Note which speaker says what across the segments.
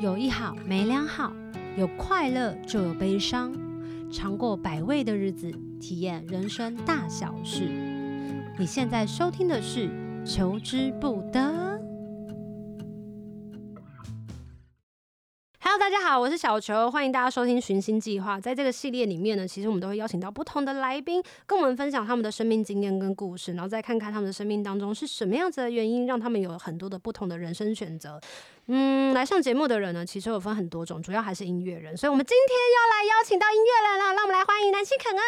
Speaker 1: 有一好没两好，有快乐就有悲伤，尝过百味的日子，体验人生大小事。你现在收听的是《求之不得》。Hello，大家好，我是小球，欢迎大家收听《寻星计划》。在这个系列里面呢，其实我们都会邀请到不同的来宾，跟我们分享他们的生命经验跟故事，然后再看看他们的生命当中是什么样子的原因，让他们有很多的不同的人生选择。嗯，来上节目的人呢，其实有分很多种，主要还是音乐人，所以我们今天要来邀请到音乐人了，让我们来欢迎南希肯恩。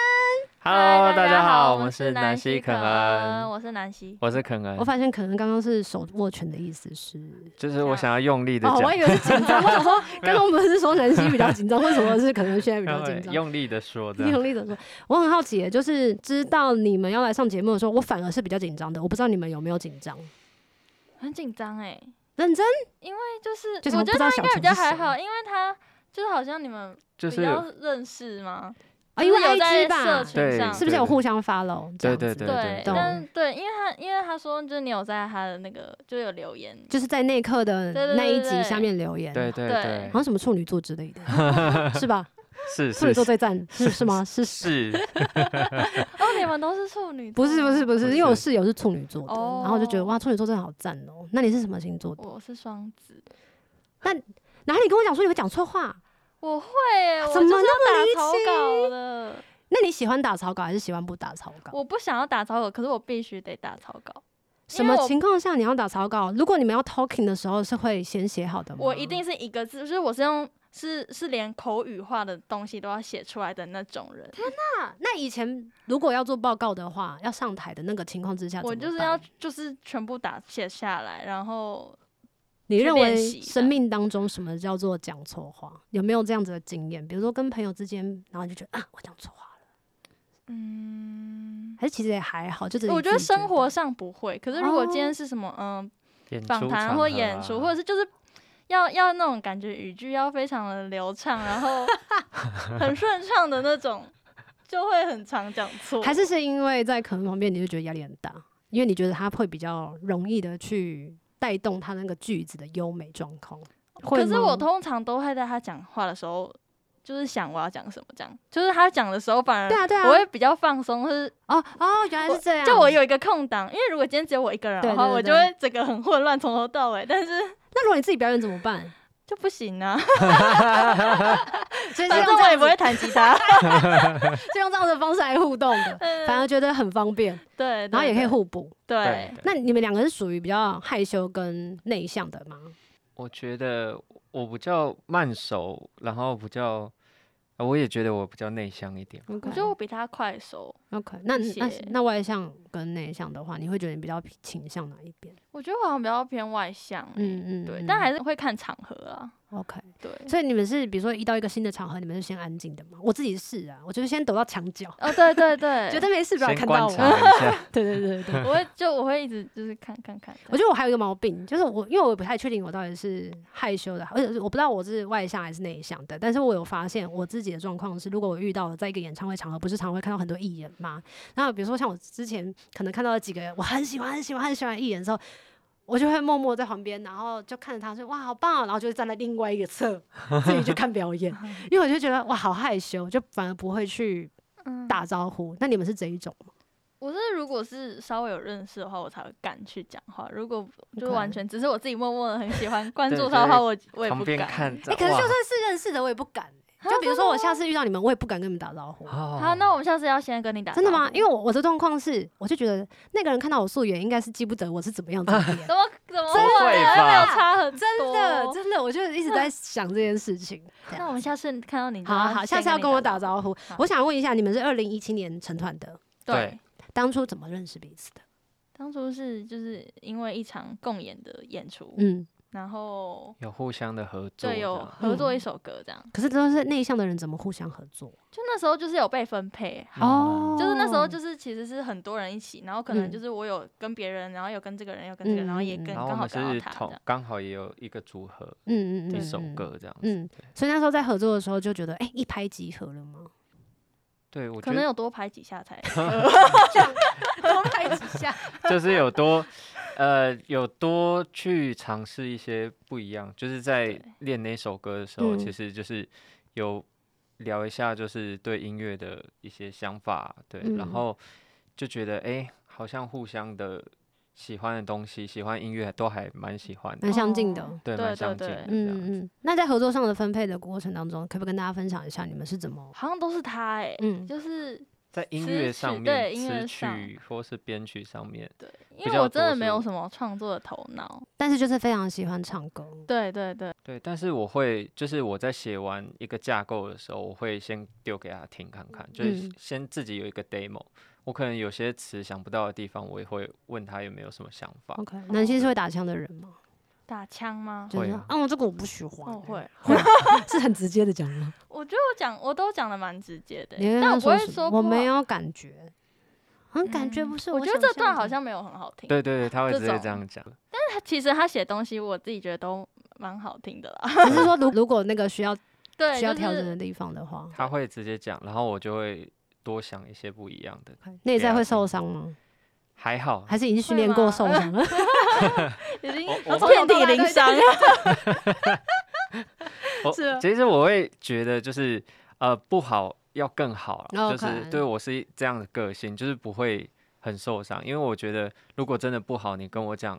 Speaker 2: Hello，
Speaker 3: 嗨
Speaker 2: 大
Speaker 3: 家
Speaker 2: 好，
Speaker 3: 我
Speaker 2: 们是南
Speaker 3: 南
Speaker 2: 希肯
Speaker 3: 恩，
Speaker 2: 恩，
Speaker 3: 我是南希。
Speaker 2: 我是肯恩
Speaker 1: 我，发现肯恩刚刚是手握拳的意思是，
Speaker 2: 就是我想要用力的
Speaker 1: 哦，我
Speaker 2: 讲，
Speaker 1: 以为是紧张，我想 说刚刚不是说南希比较紧张，为什么是肯恩现在比 较紧张？
Speaker 2: 用力的 说这样。
Speaker 1: 用力的说，我很好奇耶，就是知道你们要来上节目的时候，我反而是比较紧张的。我不知道你们有没有紧张，
Speaker 3: 很紧张哎，
Speaker 1: 认真
Speaker 3: 哎就是
Speaker 1: 就是我
Speaker 3: 我
Speaker 1: 不
Speaker 3: 觉
Speaker 1: 知
Speaker 3: 得
Speaker 1: 道
Speaker 3: 他
Speaker 1: 小
Speaker 3: 应该比
Speaker 1: 陈
Speaker 3: 较
Speaker 1: 是
Speaker 3: 还
Speaker 1: 谁
Speaker 3: 好，因为他就是好像你们
Speaker 2: 就
Speaker 3: 比
Speaker 2: 是
Speaker 3: 较认识吗？
Speaker 1: 啊，因为
Speaker 3: 就是哦有
Speaker 1: IG
Speaker 3: 在
Speaker 1: 吧
Speaker 3: 社，
Speaker 2: 对
Speaker 3: 群上，
Speaker 1: 是不是有互相 follow？这样子
Speaker 2: 对对对
Speaker 1: 懂
Speaker 3: 但对，因为他因为他说就是你有在他的那个就有留言，
Speaker 1: 就是在那一刻的
Speaker 3: 对对对
Speaker 1: 那一集
Speaker 3: 对
Speaker 1: 下面留言，
Speaker 2: 对对
Speaker 3: 对
Speaker 2: 对
Speaker 1: 好，像什么处女座之类的， 是吧？
Speaker 2: 是
Speaker 1: 处女
Speaker 2: 是
Speaker 1: 座最赞，是是吗？是
Speaker 2: 是，
Speaker 3: 哦，你们都是处女座，
Speaker 1: 不是不是不
Speaker 2: 不
Speaker 1: 是，
Speaker 2: 是
Speaker 1: 因为我室友是处女座的，然后我就觉得
Speaker 3: 哦
Speaker 1: 哇，处女座真的好赞哦。那你是什么星座的？
Speaker 3: 我是双子，
Speaker 1: 然后你跟我讲说你会讲错话，
Speaker 3: 我会欸，我
Speaker 1: 怎
Speaker 3: 就
Speaker 1: 么那
Speaker 3: 是要
Speaker 1: 么
Speaker 3: 打
Speaker 1: 离奇
Speaker 3: 草稿的，
Speaker 1: 那你喜欢打草稿还是喜欢不打草稿？
Speaker 3: 我不想要打草稿，可是我必须得打草稿，
Speaker 1: 什
Speaker 3: 因为
Speaker 1: 么
Speaker 3: 我
Speaker 1: 情况下你要打草稿？如果你们要 talking 的时候是会先写好的吗？
Speaker 3: 我一定是一个字，就是我是用是是连口语化的东西都要写出来的那种人。
Speaker 1: 那那以前如果要做报告的话，要上台的那个情况之下，
Speaker 3: 我
Speaker 1: 怎么
Speaker 3: 就是
Speaker 1: 办
Speaker 3: 要就是全部打写下来，然后
Speaker 1: 你
Speaker 3: 去
Speaker 1: 认
Speaker 3: 练
Speaker 1: 为
Speaker 3: 习
Speaker 1: 生
Speaker 3: 吧
Speaker 1: 命当中什么叫做讲错话？有没有这样子的经验？比如说跟朋友之间，然后你就觉得啊，我讲错话了，
Speaker 3: 嗯，
Speaker 1: 还是其实也还好，就只是
Speaker 3: 我
Speaker 1: 你
Speaker 3: 觉
Speaker 1: 自
Speaker 3: 得
Speaker 1: 己哦
Speaker 3: 生活上不会。可是如果今天是什么嗯
Speaker 2: 演
Speaker 3: 访
Speaker 2: 出
Speaker 3: 谈
Speaker 2: 场
Speaker 3: 或
Speaker 2: 合
Speaker 3: 演
Speaker 2: 啊
Speaker 3: 出，或者是就是要要那种感觉语句要非常的流畅，然 后很顺畅的那种，就会很常讲错。
Speaker 1: 还是是因为在可能旁边你就觉得压力很大，因为你觉得他会比较容易的去带动他那个句子的优美状况。会
Speaker 3: 可是我
Speaker 1: 吗
Speaker 3: 通常都会在他讲话的时候，就是想我要讲什么，这样就是他讲的时候反而
Speaker 1: 对啊对啊，
Speaker 3: 我会比较放松，或是
Speaker 1: 哦哦，原来是这样。
Speaker 3: 就我有一个空档，因为如果今天只有我一个人
Speaker 1: 对
Speaker 3: 的话，
Speaker 1: 对
Speaker 3: 我就
Speaker 1: 对
Speaker 3: 会整个很混乱，从头到尾，但是
Speaker 1: 那如果你自己表演怎么 办？
Speaker 3: 就不 行啊，
Speaker 1: 所以是用这
Speaker 3: 反正我也
Speaker 1: 样
Speaker 3: 不
Speaker 1: 子，
Speaker 3: 会弹 吉他，
Speaker 1: 就用这样的方式来互动 的，反而觉得很方便，
Speaker 3: 嗯对，
Speaker 1: 然后也可以
Speaker 3: 互
Speaker 1: 互补。
Speaker 3: 对
Speaker 2: 对。，对
Speaker 1: 那你们两个是属于比较害羞跟内向的吗？
Speaker 2: 我觉得我比较慢熟，然后比较，呃我也觉得我比较内向一点。
Speaker 3: 我
Speaker 1: OK
Speaker 3: 觉得我比他快熟，
Speaker 1: OK，那
Speaker 3: 一
Speaker 1: 那
Speaker 3: 些
Speaker 1: 那外向跟内向的话，你会觉得你比较倾向哪一边？
Speaker 3: 我觉得我好像比较偏外向，
Speaker 1: 嗯嗯，
Speaker 3: 对
Speaker 1: 嗯，
Speaker 3: 但还是会看场合啊，
Speaker 1: OK。
Speaker 3: 对。
Speaker 1: 所以你们是比如说一到一个新的场合，你们是先安静的吗？我自己是啊，我就是先躲到墙角，
Speaker 3: 哦，对对对，
Speaker 1: 觉得没事不要
Speaker 2: 先
Speaker 1: 看到
Speaker 2: 观
Speaker 1: 我。
Speaker 2: 察一下，
Speaker 1: 对对对对，
Speaker 3: 我会就我会一直就是看看看，
Speaker 1: 我觉得我还有一个毛病，就是我因为我也不太确定我到底是害羞的，而且我不知道我是外向还是内向的。但是我有发现我自己的状况是，如果我遇到了在一个演唱会场合，不是常会看到很多艺人嘛，然后比如说像我之前可能看到了几个我很喜欢、很喜欢、很喜欢的艺人的时候。我就会默默在旁边，然后就看着他说：“哇，好棒、哦！”然后就会站在另外一个侧， 自己去看表演，因为我就觉得哇，好害羞，就反而不会去
Speaker 3: 嗯
Speaker 1: 打招呼。那你们是这一种吗？
Speaker 3: 我是如果是稍微有认识的话，我才会敢去讲话。如果
Speaker 1: OK
Speaker 3: 就完全只是我自己默默的很喜 欢关
Speaker 2: 对
Speaker 3: 注
Speaker 2: 就
Speaker 3: 他的话，
Speaker 2: 是
Speaker 3: 我我也
Speaker 2: 旁
Speaker 3: 不
Speaker 2: 边
Speaker 3: 敢。
Speaker 2: 看着。
Speaker 1: 哎、可是就
Speaker 2: 哇
Speaker 1: 算是认识的，我也不敢、欸
Speaker 3: 啊
Speaker 1: 就比如说我下次遇到你们，我也不敢跟你们打招呼。
Speaker 3: 好，
Speaker 2: 哦，
Speaker 3: 那我们下次要先跟你打
Speaker 1: 真的吗？因
Speaker 3: 为
Speaker 1: 为我我的状况是，我就觉得那个人看到我素颜，应该是记不得我是怎么样子的 脸。
Speaker 3: 怎么怎么
Speaker 2: 真
Speaker 3: 会
Speaker 2: 会
Speaker 3: 啊没有
Speaker 2: 吧
Speaker 3: 差很多？
Speaker 1: 真的，真的，我就一直 在想这件事情。
Speaker 3: 那我们下次看到你就
Speaker 1: 好啊好，下
Speaker 3: 先
Speaker 1: 次要
Speaker 3: 你
Speaker 1: 跟我打招呼
Speaker 3: 好。
Speaker 1: 我想问一下，你们是二零一七年成团的，
Speaker 3: 呼。对
Speaker 2: 对，
Speaker 1: 当初怎么认识彼此的？
Speaker 3: 当初是就是因为一场共演的演出，
Speaker 1: 嗯，
Speaker 3: 然后
Speaker 2: 有互相的合作
Speaker 3: 就
Speaker 2: 这
Speaker 3: 有
Speaker 2: 样，
Speaker 3: 合
Speaker 1: 嗯
Speaker 3: 作一首歌这样。
Speaker 1: 可是都是内向的人，怎么互相合作？
Speaker 3: 就那时候就是有被分配，
Speaker 2: 嗯
Speaker 3: 就是那时候就是其实是很多人一起，然后可能
Speaker 1: 哦嗯
Speaker 3: 就是我有跟别人，然后有跟这个人，有跟这个人，然后
Speaker 1: 嗯
Speaker 3: 也
Speaker 1: 嗯嗯
Speaker 3: 跟
Speaker 2: 然后
Speaker 3: 刚
Speaker 2: 我
Speaker 3: 好
Speaker 2: 们
Speaker 3: 刚好
Speaker 2: 是
Speaker 3: 他这
Speaker 2: 同
Speaker 3: 样。
Speaker 2: 刚好也有一个组合
Speaker 1: 嗯嗯嗯，
Speaker 2: 一
Speaker 3: 对
Speaker 2: 首
Speaker 1: 嗯。
Speaker 2: 歌这样子。
Speaker 1: 嗯，所以那时候在合作的时候就觉得，哎、一拍即合了吗？
Speaker 2: 对，我觉
Speaker 3: 可
Speaker 2: 得
Speaker 3: 能有多拍几下才
Speaker 1: 多拍几下，
Speaker 2: 就是有多，呃有多去尝试一些不一样，就是在练那首歌的时候，
Speaker 1: 嗯
Speaker 2: 其实就是有聊一下，就是对音乐的一些想法，对，然
Speaker 1: 嗯
Speaker 2: 后就觉得哎、诶好像互相的喜欢的东西，喜欢音乐都还蛮喜欢的，
Speaker 1: 蛮相近的。
Speaker 3: 哦
Speaker 2: 对，
Speaker 3: 对
Speaker 2: 蛮
Speaker 3: 对
Speaker 2: 相近的，
Speaker 3: 对
Speaker 2: 这样子。
Speaker 1: 嗯嗯嗯，那在合作上的分配的过程当中，可不可以跟大家分享一下你们是怎么？
Speaker 3: 好像都是他哎、
Speaker 1: 嗯，
Speaker 3: 就是
Speaker 2: 在音
Speaker 3: 词
Speaker 2: 乐
Speaker 3: 曲
Speaker 2: 上面，
Speaker 3: 对音
Speaker 2: 词
Speaker 3: 乐上
Speaker 2: 曲或是编曲上面，
Speaker 3: 对，因
Speaker 2: 比
Speaker 3: 为
Speaker 2: 较
Speaker 3: 我真
Speaker 2: 多
Speaker 3: 的没有
Speaker 2: 是
Speaker 3: 什么创作的头脑。
Speaker 1: 但是就是非常喜欢唱歌。
Speaker 3: 对对对，
Speaker 2: 对，但是我会，就是我在写完一个架构的时候，我会先丢给他听看看，就是
Speaker 1: 嗯
Speaker 2: 先自己有一个 demo。我可能有些词想不到的地方，我也会问他有没有什么想法。
Speaker 3: 哦
Speaker 1: OK，南希是会打枪的人吗？
Speaker 3: 打枪吗？
Speaker 1: 就是
Speaker 2: 会
Speaker 1: 说
Speaker 2: 啊
Speaker 1: 啊，我这个我不喜欢。
Speaker 3: 哦会，
Speaker 1: 会啊， 是很直接的讲吗？
Speaker 3: 我觉得我讲我都讲的蛮直接的欸、
Speaker 1: 你会跟
Speaker 3: 但
Speaker 1: 他
Speaker 3: 我不会
Speaker 1: 什么
Speaker 3: 说
Speaker 1: 我
Speaker 3: 不
Speaker 1: 没
Speaker 3: 好
Speaker 1: 有感觉，嗯，感觉不是。
Speaker 3: 我觉得
Speaker 1: 想
Speaker 3: 这段
Speaker 1: 象
Speaker 3: 好
Speaker 1: 的
Speaker 3: 像没有很好听。
Speaker 2: 对对对，他会
Speaker 3: 这
Speaker 2: 直接
Speaker 3: 种
Speaker 2: 这样讲。
Speaker 3: 他其实他写东西，我自己觉得都蛮好听的啦。
Speaker 1: 只是说，如如果那个需要
Speaker 3: 对，
Speaker 1: 需要
Speaker 3: 就
Speaker 1: 调整
Speaker 3: 是
Speaker 1: 的地方的话，
Speaker 2: 他会直接讲，然后我就会多想一些不一样的。
Speaker 1: 内在
Speaker 2: 给他
Speaker 1: 会
Speaker 2: 听
Speaker 1: 受伤吗？
Speaker 2: 还好，
Speaker 1: 还是已经训
Speaker 3: 会
Speaker 1: 练过
Speaker 3: 吗
Speaker 1: 受伤了？
Speaker 3: 已经
Speaker 2: 我我
Speaker 3: 遍体鳞伤。
Speaker 2: 我
Speaker 1: 是 啊
Speaker 2: 其实我会觉得就是呃不好要更好啊
Speaker 1: 哦
Speaker 2: 就是
Speaker 1: OK
Speaker 2: 对我是这样的个性，就是不会很受伤，因为我觉得如果真的不好，你跟我讲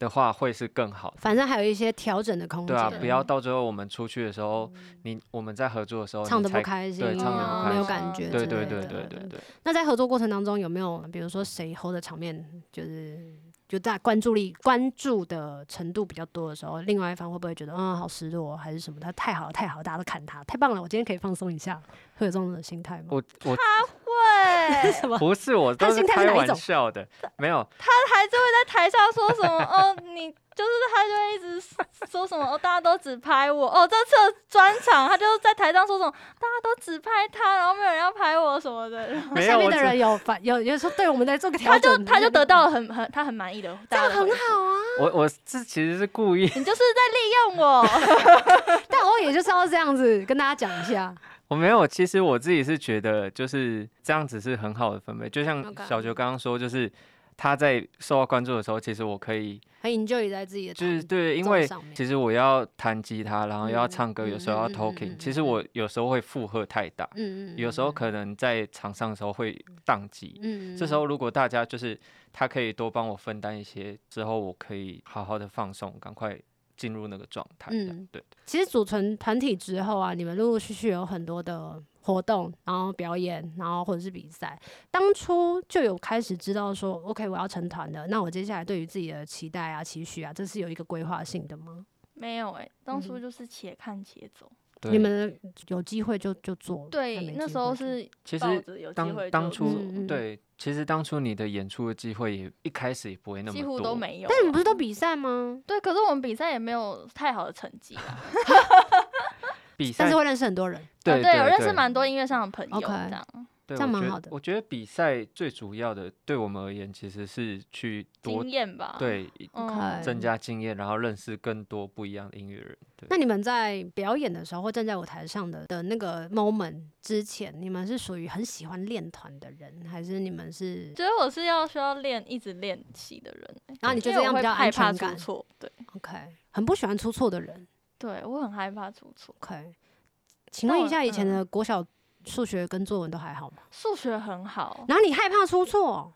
Speaker 2: 的话会是更好的。
Speaker 1: 反正还有一些调整的空间。
Speaker 2: 对啊，
Speaker 3: 解
Speaker 2: 不要到最后我们出去的时候，你我们在合作的时候，
Speaker 1: 唱
Speaker 2: 你
Speaker 1: 的不
Speaker 2: 才
Speaker 1: 开心，啊
Speaker 2: 对唱得不开
Speaker 1: 没有
Speaker 2: 心
Speaker 1: 感觉之
Speaker 2: 对
Speaker 1: 类的。
Speaker 2: 对对对对对。
Speaker 1: 那在合作过程当中，有没有比如说谁 hold 的场面，就是就在关注力关注的程度比较多的时候，另外一方会不会觉得嗯好失落，还是什么？他太好了，太好了，大家都看他太棒了，我今天可以放松一下，会有这种的心态吗？
Speaker 2: 我我
Speaker 3: 对，
Speaker 1: 什么？
Speaker 2: 不是我
Speaker 1: 他
Speaker 2: 都
Speaker 1: 心
Speaker 2: 是
Speaker 1: 态是
Speaker 2: 开
Speaker 1: 哪一
Speaker 2: 玩
Speaker 1: 种
Speaker 2: 笑的，没有
Speaker 3: 还是会在台上说什么哦，你就是他就会一直说什么哦，大家都只拍我哦，这次的专场他就是在台上说什么，大家都只拍他，然后没有人要拍我什么的，然后
Speaker 1: 那
Speaker 2: 没
Speaker 1: 下
Speaker 2: 有
Speaker 1: 面
Speaker 2: 我
Speaker 1: 的
Speaker 2: 只
Speaker 1: 人有反有有时候对我们来做个调
Speaker 3: 他就
Speaker 1: 整，
Speaker 3: 他就得到了很很他很满意的，
Speaker 1: 这
Speaker 3: 大
Speaker 1: 样
Speaker 3: 家的
Speaker 1: 很
Speaker 3: 回
Speaker 1: 好啊。
Speaker 2: 我我这其实是故意，
Speaker 3: 你就是在利用我，
Speaker 1: 但我也就是要这样子跟大家讲一下，
Speaker 2: 我没有，其实我自己是觉得就是这样子是很好的分配，就像
Speaker 1: OK
Speaker 2: 小九刚刚说，就是他在受到关注的时候，其实我可以
Speaker 1: 很 enjoy 在自己的
Speaker 2: 就是
Speaker 1: 弹
Speaker 2: 对，因
Speaker 1: 奏
Speaker 2: 为
Speaker 1: 哦上面
Speaker 2: 其实我要弹吉他，然后又要
Speaker 1: 嗯
Speaker 2: 唱歌，有时候
Speaker 1: 嗯
Speaker 2: 要
Speaker 1: 嗯嗯
Speaker 2: talking，
Speaker 1: 嗯
Speaker 2: 其
Speaker 1: 嗯
Speaker 2: 实我有时候会负荷太大，
Speaker 1: 嗯嗯，
Speaker 2: 有时候可能在场上的时候会宕机。
Speaker 1: 嗯，嗯
Speaker 2: 这时候如果大家就是他可以多帮我分担一些，之后我可以好好的放松，赶快进入那个状态。嗯
Speaker 1: 嗯，
Speaker 2: 对。
Speaker 1: 其实组成团体之后啊，你们陆陆续续有很多的活动，然后表演，然后或者是比赛。当初就有开始知道说，OK，我要成团的，那我接下来对于自己的期待啊、期许啊，这是有一个规划性的吗？
Speaker 3: 没有哎、当初
Speaker 1: 嗯
Speaker 3: 就是且看且走，
Speaker 2: 对
Speaker 1: 你们有机会就就做，还没
Speaker 3: 对，
Speaker 1: 机
Speaker 3: 那
Speaker 1: 会
Speaker 3: 时候
Speaker 1: 就是
Speaker 2: 其
Speaker 3: 抱
Speaker 2: 实
Speaker 3: 着有机
Speaker 2: 当
Speaker 3: 会
Speaker 2: 当
Speaker 3: 就
Speaker 2: 初、
Speaker 3: 做
Speaker 1: 嗯嗯
Speaker 2: 对，其实当初你的演出的机会也一开始也不会那么
Speaker 3: 几
Speaker 2: 多，
Speaker 3: 乎都没有，
Speaker 1: 但你们不是都比赛吗？
Speaker 3: 对，可是我们比赛也没有太好的成 绩啦。
Speaker 2: 比赛
Speaker 1: 但是会认识很多人，
Speaker 2: 对
Speaker 3: 啊对我认识蛮多音乐上的朋友
Speaker 1: OK
Speaker 3: 这样。
Speaker 2: 对
Speaker 1: 这样
Speaker 2: 我
Speaker 1: 蛮
Speaker 2: 觉得
Speaker 1: 好的
Speaker 2: 我觉得比赛最主要的对我们而言其实是去多
Speaker 3: 经验吧。，
Speaker 2: 对
Speaker 3: 嗯，
Speaker 1: OK
Speaker 2: 增加经验，然后认识更多不一样的音乐人。对
Speaker 1: 那，你们在表演的时候或站在舞台上的的那个 moment 之前，你们是属于很喜欢练团的人，还是你们是？
Speaker 3: 觉得我是要需要练，一直练习的人欸，
Speaker 1: 然后你就
Speaker 3: 因
Speaker 1: 这
Speaker 3: 为
Speaker 1: 样比
Speaker 3: 我会
Speaker 1: 较
Speaker 3: 害
Speaker 1: 安
Speaker 3: 怕
Speaker 1: 全
Speaker 3: 出
Speaker 1: 感
Speaker 3: 错。对，
Speaker 1: ，OK，很不喜欢出错的人
Speaker 3: 对我很害怕出错，
Speaker 1: ，OK。请
Speaker 3: 但
Speaker 1: 问
Speaker 3: 我
Speaker 1: 一下，以前
Speaker 3: 嗯
Speaker 1: 的国小数学跟作文都还好吗？
Speaker 3: 数学很好，
Speaker 1: 然后你害怕出错，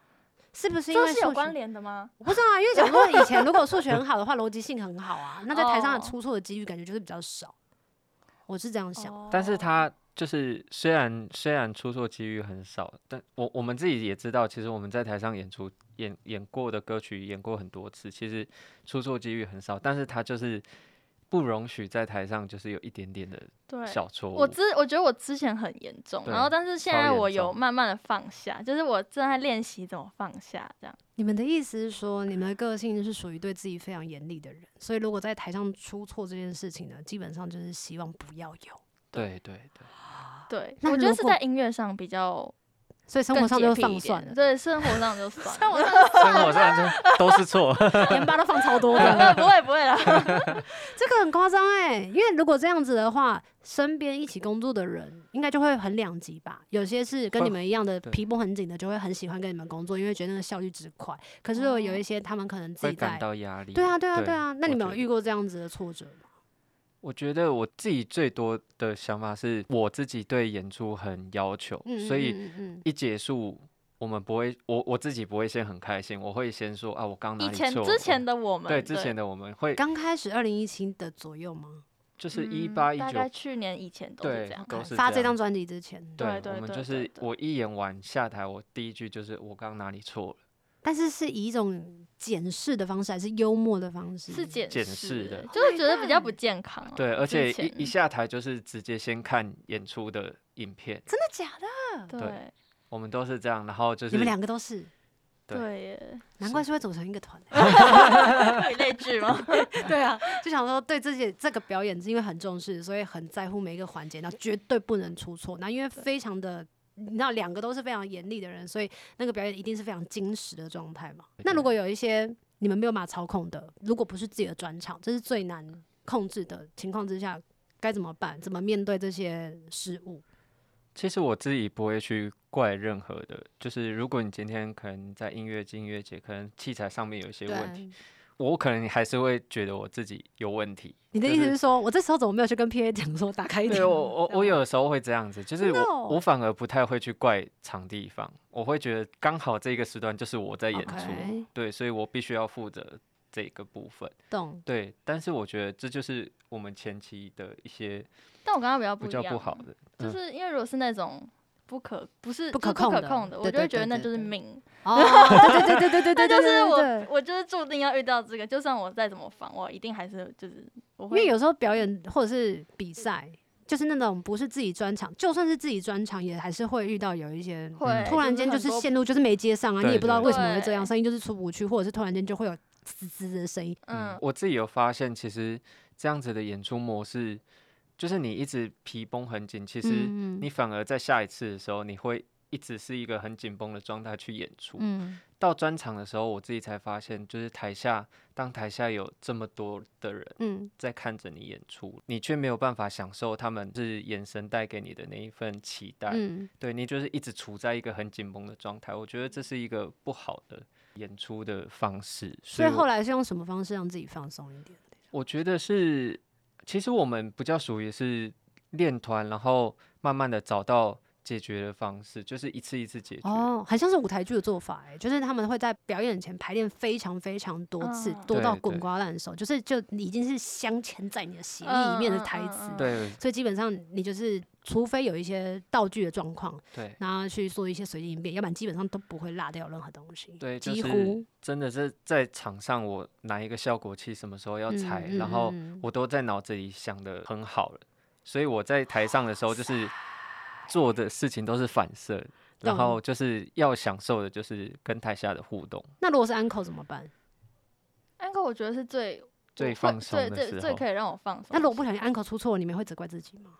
Speaker 1: 是不是因
Speaker 3: 这
Speaker 1: 为数
Speaker 3: 是哦有
Speaker 1: 学
Speaker 3: 关？联的吗？
Speaker 1: 我不知道啊，因为想说以前如果数学很好的话， 逻辑性很好啊，那在台上
Speaker 3: 哦
Speaker 1: 的出错的几率感觉就是比较少。我是这样想，
Speaker 2: 但是
Speaker 3: 哦
Speaker 2: 他就是虽然虽然出错机遇很少，但我我们自己也知道，其实我们在台上演出演演过的歌曲演过很多次，其实出错机遇很少，但是他就是不容许在台上就是有一点点的
Speaker 3: 对。
Speaker 2: 小错误。
Speaker 3: 我之我觉得我之前很严重，
Speaker 2: 对
Speaker 3: 然后但是现
Speaker 2: 超
Speaker 3: 在
Speaker 2: 严
Speaker 3: 我有
Speaker 2: 重
Speaker 3: 慢慢的放下，就是我正在练习怎么放下这样。
Speaker 1: 你们的意思是说，你们的个性是属于对自己非常严厉的人，所以如果在台上出错这件事情呢，基本上就是希望不要有。
Speaker 2: 对对对，
Speaker 3: 对，
Speaker 1: 啊那
Speaker 3: 我觉得
Speaker 1: 如
Speaker 3: 是
Speaker 1: 果
Speaker 3: 在音乐上比较
Speaker 1: 所以生
Speaker 3: 更
Speaker 1: 活上
Speaker 3: 洁
Speaker 1: 就
Speaker 3: 癖
Speaker 1: 放
Speaker 3: 一
Speaker 1: 算
Speaker 3: 点
Speaker 1: 了，
Speaker 3: 对，生活上就算
Speaker 1: 生
Speaker 3: 了。
Speaker 1: 活 上
Speaker 2: 生活 上就都是错。
Speaker 1: 盐巴都放超多 的，
Speaker 3: 呃不会不会啦，
Speaker 1: 这个很夸张哎。因为如果这样子的话，身边一起工作的人应该就会很两极吧。有些是跟你
Speaker 2: 会
Speaker 1: 们一样的
Speaker 2: 对
Speaker 1: 皮绷很紧的，就会很喜欢跟你们工作，因为觉得那个效率值快。可是如果有一些他们可能自
Speaker 2: 会
Speaker 1: 己在
Speaker 2: 感，到压力。
Speaker 1: 对啊对啊对啊。那你
Speaker 2: 我
Speaker 1: 们有
Speaker 2: 觉
Speaker 1: 遇过这样子的挫折吗？
Speaker 2: 我觉得我自己最多的想法是我自己对演出很要求，
Speaker 1: 嗯，
Speaker 2: 所以
Speaker 1: 嗯嗯嗯
Speaker 2: 一结束，我们不会，我我自己不会先很开心，我会先说啊，我刚哪
Speaker 3: 以
Speaker 2: 里
Speaker 3: 前
Speaker 2: 错
Speaker 3: 之
Speaker 2: 了
Speaker 3: 前的我们，
Speaker 2: 对之前的我们会
Speaker 1: 嗯刚开始二零一七的左右吗？
Speaker 2: 就是一
Speaker 3: 嗯
Speaker 2: 八一
Speaker 3: 大
Speaker 2: 九
Speaker 3: 概去年以前都是
Speaker 2: 对
Speaker 3: 这样。
Speaker 2: 都是
Speaker 1: 发
Speaker 2: 这
Speaker 1: 这
Speaker 2: 样
Speaker 1: 张专辑之前，
Speaker 3: 对对
Speaker 2: 我们
Speaker 3: 对
Speaker 2: 就
Speaker 3: 对
Speaker 2: 是
Speaker 3: 对
Speaker 2: 我一演完下台，我第一句就是我刚哪里错了，
Speaker 1: 但是是以一种检视的方式，还是幽默的方式？
Speaker 3: 是检
Speaker 2: 检
Speaker 3: 视
Speaker 2: 视的
Speaker 3: 欸
Speaker 1: Oh
Speaker 3: 就是
Speaker 1: my
Speaker 3: 觉得比较不
Speaker 1: God
Speaker 3: 健康啊。
Speaker 2: 对，而
Speaker 3: 之
Speaker 2: 且
Speaker 3: 前
Speaker 2: 一一下台就是直接先看演出的影片，
Speaker 1: 真的假的？
Speaker 3: 对
Speaker 2: 我们都是这样，然后就是
Speaker 1: 你们两个都是，
Speaker 2: 对
Speaker 3: 对 耶，
Speaker 1: 难
Speaker 2: 是
Speaker 1: 怪是会组成一个团。
Speaker 3: 以类 聚吗？
Speaker 1: 对啊，就想说对自己这个表演是因为很重视，所以很在乎每一个环节，然后绝对不能出错。那因为非常的。你知道两个都是非常严厉的人，所以那个表演一定是非常矜持的状态嘛。那如果有一些你们没有办法操控的，如果不是自己的专场，这是最难控制的情况之下，该怎么办？怎么面对这些失误？
Speaker 2: 其实我自己不会去怪任何的，就是如果你今天可能在音乐音乐节，可能器材上面有一些问题，
Speaker 1: 对，
Speaker 2: 我可能还是会觉得我自己有问题。
Speaker 1: 你的
Speaker 2: 就
Speaker 1: 意思
Speaker 2: 是
Speaker 1: 是说，我这时候怎么没有去跟 PA 讲说打开一点？
Speaker 2: 对我我
Speaker 1: 这样
Speaker 2: 我有时候会这样子，就是
Speaker 1: 啊真的
Speaker 2: 我、
Speaker 1: 哦
Speaker 2: 我反而不太会去怪场地方，我会觉得刚好这个时段就是我在演出
Speaker 1: OK
Speaker 2: 对，所以我必须要负责这个部分。
Speaker 1: 懂
Speaker 2: 对，但是我觉得这就是我们前期的一些
Speaker 3: 但我刚刚比较不
Speaker 2: 比
Speaker 3: 一
Speaker 2: 较
Speaker 3: 样，
Speaker 2: 不好的，
Speaker 3: 就
Speaker 2: 嗯
Speaker 3: 是因为如果是那种不可不是
Speaker 1: 不
Speaker 3: 就是
Speaker 1: 可控
Speaker 3: 不
Speaker 1: 的
Speaker 3: 可控的，我
Speaker 1: 对
Speaker 3: 就
Speaker 1: 对
Speaker 3: 会觉得
Speaker 1: 对
Speaker 3: 那
Speaker 1: 对
Speaker 3: 就是
Speaker 1: 对
Speaker 3: 命，
Speaker 1: 哦，对对对对对对，
Speaker 3: 那就
Speaker 1: 对
Speaker 3: 是
Speaker 1: 对对
Speaker 3: 我我就是注定要遇到这个，就算我再怎么防，我一定还是就是我
Speaker 1: 因为
Speaker 3: 会
Speaker 1: 有时候表演或者是比赛，就是那种不是自己专场，就算是自己专场，也还是会遇到有一些
Speaker 3: 会
Speaker 1: 嗯突然间就
Speaker 3: 很
Speaker 1: 是
Speaker 3: 多
Speaker 1: 线路就是没接上啊，你
Speaker 2: 对
Speaker 1: 也不知道
Speaker 2: 对
Speaker 1: 为什么会这样，
Speaker 3: 对
Speaker 1: 声音就是出不去，或者是突然间就会有滋滋的声音。
Speaker 2: 嗯
Speaker 3: 嗯，
Speaker 2: 我自己有发现，其实这样子的演出模式，就是你一直皮绷很紧，其实
Speaker 1: 嗯
Speaker 2: 你反而在下一次的时候，你会一直是一个很紧绷的状态去演出。
Speaker 1: 嗯，
Speaker 2: 到专场的时候，我自己才发现，就是台下当台下有这么多的人
Speaker 1: 嗯，
Speaker 2: 在看着你演出，你却没有办法享受他们是眼神带给你的那一份期待。
Speaker 1: 嗯，
Speaker 2: 对你就是一直处在一个很紧绷的状态，我觉得这是一个不好的演出的方式。
Speaker 1: 所以
Speaker 2: 我
Speaker 1: 后来是用什么方式让自己放松一点？
Speaker 2: 我觉得是，其实我们比较属于是练团，然后慢慢的找到解决的方式，就是一次一次解决。
Speaker 1: 哦，很像是舞台剧的做法哎、就是他们会在表演前排练非常非常多次，
Speaker 3: 嗯
Speaker 1: 多到
Speaker 2: 对
Speaker 1: 滚
Speaker 2: 对
Speaker 1: 瓜烂熟，就是就已经是镶嵌在你的血液里面的台词。
Speaker 3: 嗯嗯嗯嗯
Speaker 2: 对
Speaker 1: 所以基本上你就是，除非有一些道具的状况，
Speaker 2: 对
Speaker 1: 然后去做一些随机应变，要不然基本上都不会落掉任何东西。
Speaker 2: 对，就
Speaker 1: 几
Speaker 2: 是
Speaker 1: 乎
Speaker 2: 真的是在场上，我哪一个效果器什么时候要踩，
Speaker 1: 嗯嗯
Speaker 2: 然后
Speaker 1: 嗯
Speaker 2: 我都在脑子里想的很好了，所以我在台上的时候就是做的事情都是反射，
Speaker 1: 懂
Speaker 2: 然后就是要享受的就是跟台下的互动，
Speaker 1: 那如果是 uncle 怎么办？
Speaker 3: 安哥我觉得是最
Speaker 2: 最
Speaker 3: 我会
Speaker 2: 放松
Speaker 3: 对
Speaker 2: 的
Speaker 3: 最
Speaker 2: 时
Speaker 3: 最
Speaker 2: 候
Speaker 3: 可以让我放松的时候。
Speaker 1: 那如果不小心 uncle 出错，你们会责怪自己吗？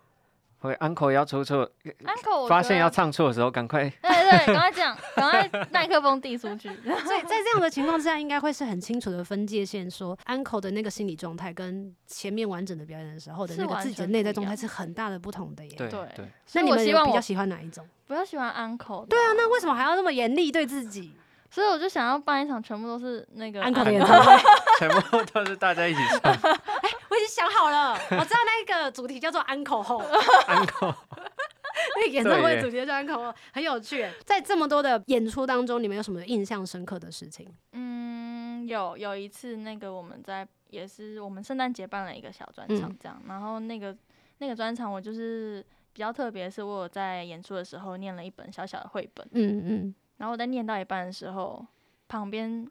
Speaker 2: 会 uncle 要出错，
Speaker 3: 安可
Speaker 2: 发现要唱错的时候，赶快
Speaker 3: 对对，赶快讲，赶快麦克风递出去。
Speaker 1: 所以在这样的情况之下，应该会是很清楚的分界线，说 uncle 的那个心理状态跟前面完整的表演的时候的
Speaker 3: 是
Speaker 1: 那个
Speaker 3: 完
Speaker 1: 自己的
Speaker 3: 全
Speaker 1: 内
Speaker 3: 不
Speaker 1: 在
Speaker 3: 一
Speaker 1: 状态
Speaker 3: 样
Speaker 1: 是很大的不同的耶。
Speaker 2: 对
Speaker 3: 对
Speaker 2: 对。
Speaker 3: 所
Speaker 1: 那
Speaker 3: 以
Speaker 1: 你
Speaker 3: 我
Speaker 1: 们
Speaker 3: 希
Speaker 1: 有
Speaker 3: 望
Speaker 1: 比
Speaker 3: 我
Speaker 1: 较喜欢哪一种？
Speaker 3: 不要喜欢安可。
Speaker 1: 对啊，那为什么还要那么严厉对自己
Speaker 3: 所以我就想要办一场全部都是那个
Speaker 1: uncle 的
Speaker 3: 安
Speaker 1: 演唱会？
Speaker 2: 全部都是大家一起唱
Speaker 1: 我已经想好了，我知道那个主题叫做 uncle 后。
Speaker 2: ，uncle。
Speaker 1: 那个演唱
Speaker 2: 对
Speaker 1: 会
Speaker 2: 耶
Speaker 1: 主题专口哦很有趣耶。在这么多的演出当中，你们有什么印象深刻的事情？
Speaker 3: 嗯，有有一次那个我们在也是我们圣诞节办了一个小专场
Speaker 1: 嗯
Speaker 3: 这样，然后那个那个专场我就是比较特别，是我有在演出的时候念了一本小小的绘本，
Speaker 1: 嗯嗯，
Speaker 3: 然后我在念到一半的时候，旁边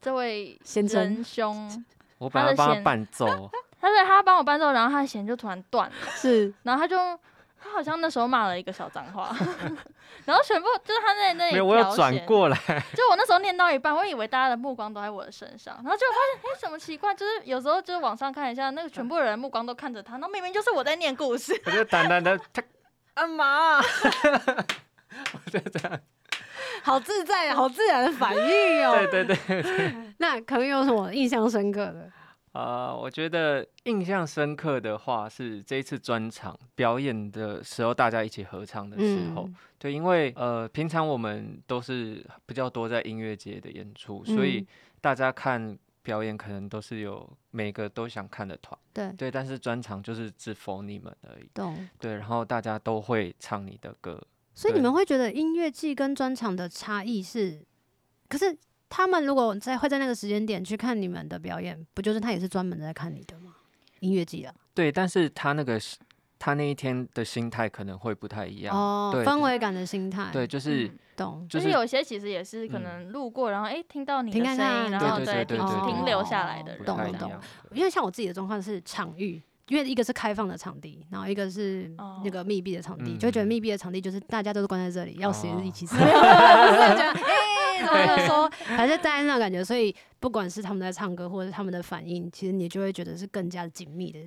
Speaker 3: 这位
Speaker 1: 先
Speaker 3: 仁兄，
Speaker 2: 我本
Speaker 3: 他
Speaker 2: 来
Speaker 3: 的
Speaker 2: 帮他
Speaker 3: 弦
Speaker 2: 伴奏，
Speaker 3: 他在他帮我伴奏，然后他的弦就突然断了。
Speaker 1: 是
Speaker 3: 然后他就他好像那时候骂了一个小脏话， 然后全部就是他在那里
Speaker 2: 没有，我有
Speaker 3: 调
Speaker 2: 转
Speaker 3: 弦，
Speaker 2: 过来，
Speaker 3: 就我那时候念到一半，我以为大家的目光都在我的身上，然后就发现哎，什么奇怪，就是有时候就是往上看一下，那个全部人目光都看着 他，那明明就是我在念故事，
Speaker 4: 啊
Speaker 2: 我就淡淡的，他干嘛？ 我就这样，
Speaker 4: 好自在，好自然的反应哦。
Speaker 2: 对对对。
Speaker 1: 那可能有什么印象深刻的？
Speaker 2: 啊、我觉得印象深刻的话是这一次专场表演的时候，大家一起合唱的时候，
Speaker 1: 嗯
Speaker 2: 对，因为呃，平常我们都是比较多在音乐节的演出，所以
Speaker 1: 嗯
Speaker 2: 大家看表演可能都是有每个都想看的团，
Speaker 4: 对
Speaker 2: 对，但是专场就是只否你们而已，
Speaker 4: 懂。
Speaker 2: 对，然后大家都会唱你的歌，
Speaker 1: 所以你
Speaker 2: 对
Speaker 1: 们会觉得音乐季跟专场的差异是，可是他们如果在会在那个时间点去看你们的表演，不就是他也是专门在看你的吗？音乐季啊，
Speaker 2: 对，但是他那个是他那一天的心态可能会不太一样，
Speaker 1: 哦，
Speaker 2: 对
Speaker 1: 氛围感的心态，
Speaker 2: 对，就是、
Speaker 3: 嗯
Speaker 1: 懂。
Speaker 2: 就
Speaker 3: 就是是有些其实也是可
Speaker 2: 嗯
Speaker 3: 能路过，然后哎听到你的
Speaker 1: 听
Speaker 3: 声
Speaker 1: 看看
Speaker 3: 音，然后
Speaker 2: 对对
Speaker 3: 对
Speaker 2: 对
Speaker 3: 停
Speaker 2: 对对
Speaker 3: 停
Speaker 1: 哦
Speaker 3: 留下来的
Speaker 2: 不
Speaker 3: 人，
Speaker 1: 懂
Speaker 2: 太一
Speaker 1: 懂
Speaker 2: 样。
Speaker 1: 因为像我自己的状况是场域，因为一个是开放的场地，然后一个是
Speaker 3: 哦
Speaker 1: 那个密闭的场地，
Speaker 2: 嗯
Speaker 1: 就会觉得密闭的场地就是大家都是关在这里，要死也
Speaker 2: 哦
Speaker 1: 是一 起死，没有没有没有没有就觉得哎，然后就说还是大家那种感觉，所以不管是他们在唱歌或者是他们的反应，其实你就会觉得是更加紧密的。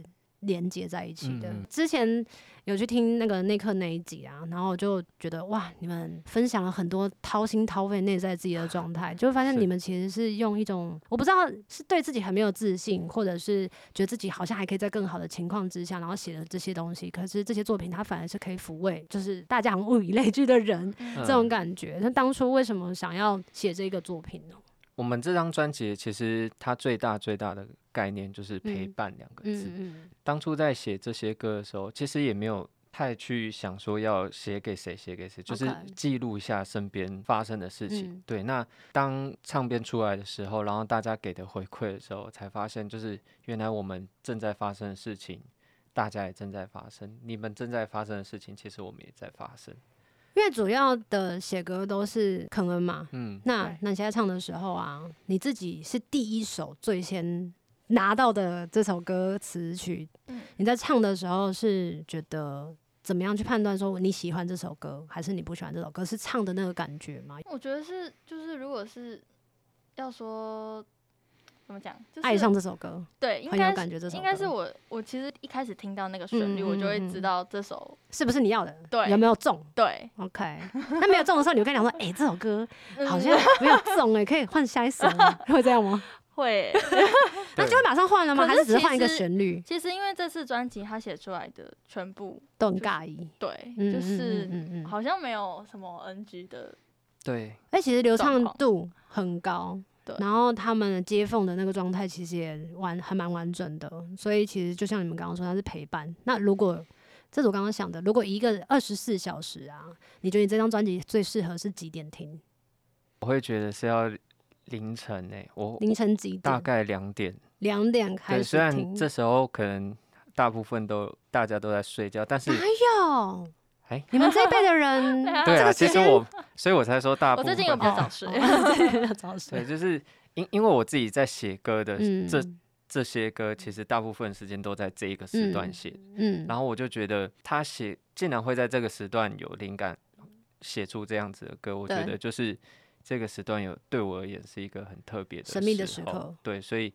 Speaker 1: 连接在一起的
Speaker 2: 嗯嗯。
Speaker 1: 之前有去听那个内克那一集啊，然后就觉得哇，你们分享了很多掏心掏肺内在自己的状态，就会发现
Speaker 2: 是
Speaker 1: 你们其实是用一种我不知道是对自己很没有自信，或者是觉得自己好像还可以在更好的情况之下，然后写的这些东西。可是这些作品它反而是可以抚慰，就是大家好像物以类聚的人
Speaker 3: 嗯
Speaker 1: 这种
Speaker 2: 嗯
Speaker 1: 感觉。那当初为什么想要写这个作品呢？
Speaker 2: 我们这张专辑其实它最大最大的概念就是陪
Speaker 1: 嗯
Speaker 2: 伴两个字。
Speaker 1: 嗯
Speaker 2: 当初在写这些歌的时候，其实也没有太去想说要写给谁，写给谁，就是
Speaker 1: OK
Speaker 2: 记录一下身边发生的事情。
Speaker 1: 嗯
Speaker 2: 对，那当唱片出来的时候，然后大家给的回馈的时候，才发现就是原来我们正在发生的事情。大家也正在发生，你们正在发生的事情，其实我们也在发生。
Speaker 1: 因为主要的写歌都是肯恩嘛。
Speaker 2: 嗯，
Speaker 1: 那
Speaker 3: 对
Speaker 1: 那你现在唱的时候啊，你自己是第一首最先拿到的这首歌词曲，
Speaker 3: 嗯
Speaker 1: 你在唱的时候是觉得怎么样去判断说你喜欢这首歌还是你不喜欢这首歌？是唱的那个感觉吗？
Speaker 3: 我觉得是，就是如果是要说怎么讲，就是
Speaker 1: 爱上这首歌，
Speaker 3: 对，应
Speaker 1: 很有
Speaker 3: 该
Speaker 1: 感
Speaker 3: 是
Speaker 1: 觉。这首
Speaker 3: 应该是
Speaker 1: 歌
Speaker 3: 我我其实一开始听到那个旋律，
Speaker 1: 嗯嗯
Speaker 3: 我就会
Speaker 1: 嗯嗯
Speaker 3: 知道这首
Speaker 1: 是不是你要的？
Speaker 3: 对
Speaker 1: 有没有中
Speaker 3: 对，
Speaker 1: ？OK，那 没有中的时候，你会跟他讲说：“哎、这首歌
Speaker 3: 嗯
Speaker 1: 好像没有中哎、可以换下一首 吗，会这样吗？
Speaker 3: 会。
Speaker 1: 那
Speaker 2: 对
Speaker 1: 就会马上换了吗？
Speaker 3: 可
Speaker 1: 还
Speaker 3: 是
Speaker 1: 是只是
Speaker 3: 其
Speaker 1: 换一个
Speaker 3: 实
Speaker 1: 旋律？
Speaker 3: 其实因为这次专辑他写出来的全部
Speaker 1: 都很尬意，
Speaker 3: 对，
Speaker 1: 嗯，嗯
Speaker 3: 就
Speaker 1: 嗯
Speaker 3: 是
Speaker 1: 嗯嗯嗯。
Speaker 3: 好像没有什么 NG 的，
Speaker 2: 对，
Speaker 1: 哎，其实流
Speaker 3: 状
Speaker 1: 畅
Speaker 3: 况
Speaker 1: 度很高，
Speaker 3: 对
Speaker 1: 然后他们接缝的那个状态其实也完还蛮完整的，所以其实就像你们刚刚说，它是陪伴。那如果这是我刚刚想的，如果一个二十四小时啊，你觉得你这张专辑最适合是几点听？
Speaker 2: 我会觉得是要凌晨诶、我
Speaker 1: 凌晨几
Speaker 2: 大
Speaker 1: 点？
Speaker 2: 概两点。
Speaker 1: 两点开
Speaker 2: 对，
Speaker 1: 始
Speaker 2: 虽然
Speaker 1: 听。
Speaker 2: 这时候可能大部分都大家都在睡觉，但是
Speaker 1: 哪有？
Speaker 2: 哎
Speaker 1: 你们这一辈的人，
Speaker 3: 对啊
Speaker 2: 对
Speaker 1: 这
Speaker 2: 啊，
Speaker 1: 个
Speaker 2: 其
Speaker 1: 时
Speaker 2: 实
Speaker 1: 间
Speaker 2: 我，所以我才说大部
Speaker 3: 我
Speaker 2: 分。
Speaker 3: 最近有比 较早睡，
Speaker 1: 哦早睡
Speaker 2: 对，就是因因为我自己在写歌的
Speaker 1: 嗯，
Speaker 2: 这这些歌，其实大部分时间都在这一个时段
Speaker 1: 嗯
Speaker 2: 写，
Speaker 1: 嗯，
Speaker 2: 然后我就觉得他写竟然会在这个时段有灵感，写出这样子的歌，我觉
Speaker 4: 对
Speaker 2: 得就是这个时段有对我而言是一个很特别的
Speaker 1: 神秘的时
Speaker 2: 候
Speaker 1: 刻
Speaker 2: 对，所以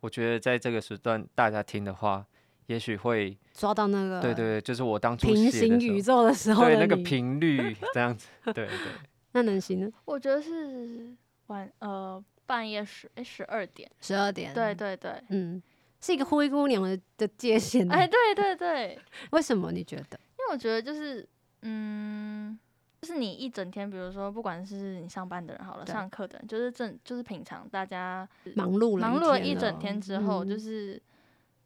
Speaker 2: 我觉得在这个时段大家听的话，也许会
Speaker 1: 抓到那个
Speaker 2: 对对对，就是我当初
Speaker 1: 平
Speaker 2: 写
Speaker 1: 行
Speaker 2: 的时
Speaker 1: 宇
Speaker 2: 候，
Speaker 1: 宙的时候的
Speaker 2: 对那个
Speaker 1: 你
Speaker 2: 频率这样子， 对对，
Speaker 1: 那能行呢？
Speaker 3: 我觉得是晚呃半夜十哎十二点，
Speaker 1: 十二点，
Speaker 3: 对对对，
Speaker 1: 嗯，是一个灰姑娘的的界限。
Speaker 3: 哎
Speaker 1: 哎，
Speaker 3: 对对对，
Speaker 1: 为什么你觉得？
Speaker 3: 因为我觉得就是嗯。就是你一整天，比如说，不管是你上班的人好了，
Speaker 1: 对
Speaker 3: 上课的人，就是正就是平常大家
Speaker 1: 忙碌了，
Speaker 3: 忙碌了一整天之后，
Speaker 1: 嗯
Speaker 3: 就是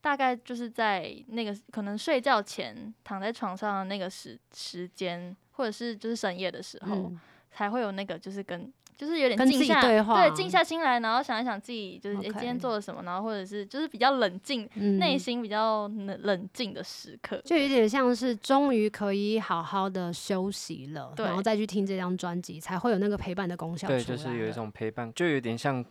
Speaker 3: 大概就是在那个可能睡觉前躺在床上的那个时时间，或者是就是深夜的时候，
Speaker 1: 嗯
Speaker 3: 才会有那个就是跟就是有
Speaker 1: 跟
Speaker 3: 点
Speaker 1: 自己
Speaker 3: 静下
Speaker 1: 对话
Speaker 3: 静下心来，然后想一想自己就是诶
Speaker 1: OK
Speaker 3: 今天做了什么，然后或者是就是比较冷静，
Speaker 1: 嗯
Speaker 3: 内、心比较冷冷静的时刻。
Speaker 1: 就有点像是终于可以好好的休息了，
Speaker 3: 对
Speaker 1: 然后再去听这张专辑，才会有那个陪伴的功效出来了。
Speaker 2: 对，就是有一种陪伴，就有点像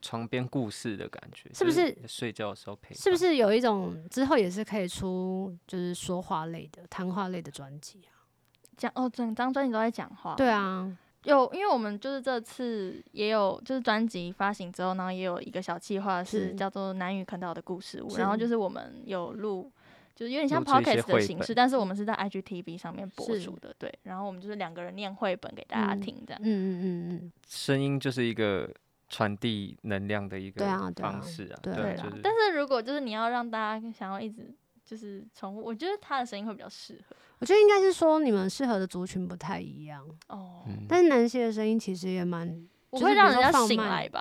Speaker 2: 床边故事的感觉，
Speaker 1: 是不
Speaker 2: 就是睡觉的时候陪伴？
Speaker 1: 是不是有一种之后也是可以出就是说话类的、谈话类的专辑啊？
Speaker 3: 讲哦，整张专辑都在讲话。
Speaker 1: 对啊，
Speaker 3: 有，因为我们就是这次也有，就是专辑发行之后，然后也有一个小计划
Speaker 1: 是
Speaker 3: 是叫做《南语啃岛的故事屋》，
Speaker 1: 是
Speaker 3: 然后就是我们有录就是有点像
Speaker 2: 录制一些
Speaker 3: podcast 的
Speaker 2: 绘
Speaker 3: 形
Speaker 2: 本
Speaker 3: 式，但是我们是在 IGTV 上面播
Speaker 1: 是
Speaker 3: 出的，对。然后我们就是两个人念绘本给大家
Speaker 1: 嗯
Speaker 3: 听，这样。
Speaker 1: 嗯嗯嗯嗯，
Speaker 2: 声音就是一个传递能量的一个
Speaker 1: 对啊对啊
Speaker 2: 方式啊，
Speaker 1: 对啊
Speaker 3: 对
Speaker 2: 就
Speaker 3: 啦
Speaker 2: 是，
Speaker 3: 但是如果就是你要让大家想要一直就是重复，我觉得他的声音会比较适合
Speaker 1: 我觉得应该是说你们适合的族群不太一样，
Speaker 3: 哦。
Speaker 2: 嗯
Speaker 1: 但是南希的声音其实也蛮
Speaker 3: 我
Speaker 1: 就是
Speaker 3: 会
Speaker 1: 比
Speaker 3: 让
Speaker 1: 如
Speaker 3: 人
Speaker 1: 说
Speaker 3: 家
Speaker 1: 放
Speaker 3: 醒
Speaker 1: 慢
Speaker 3: 来吧，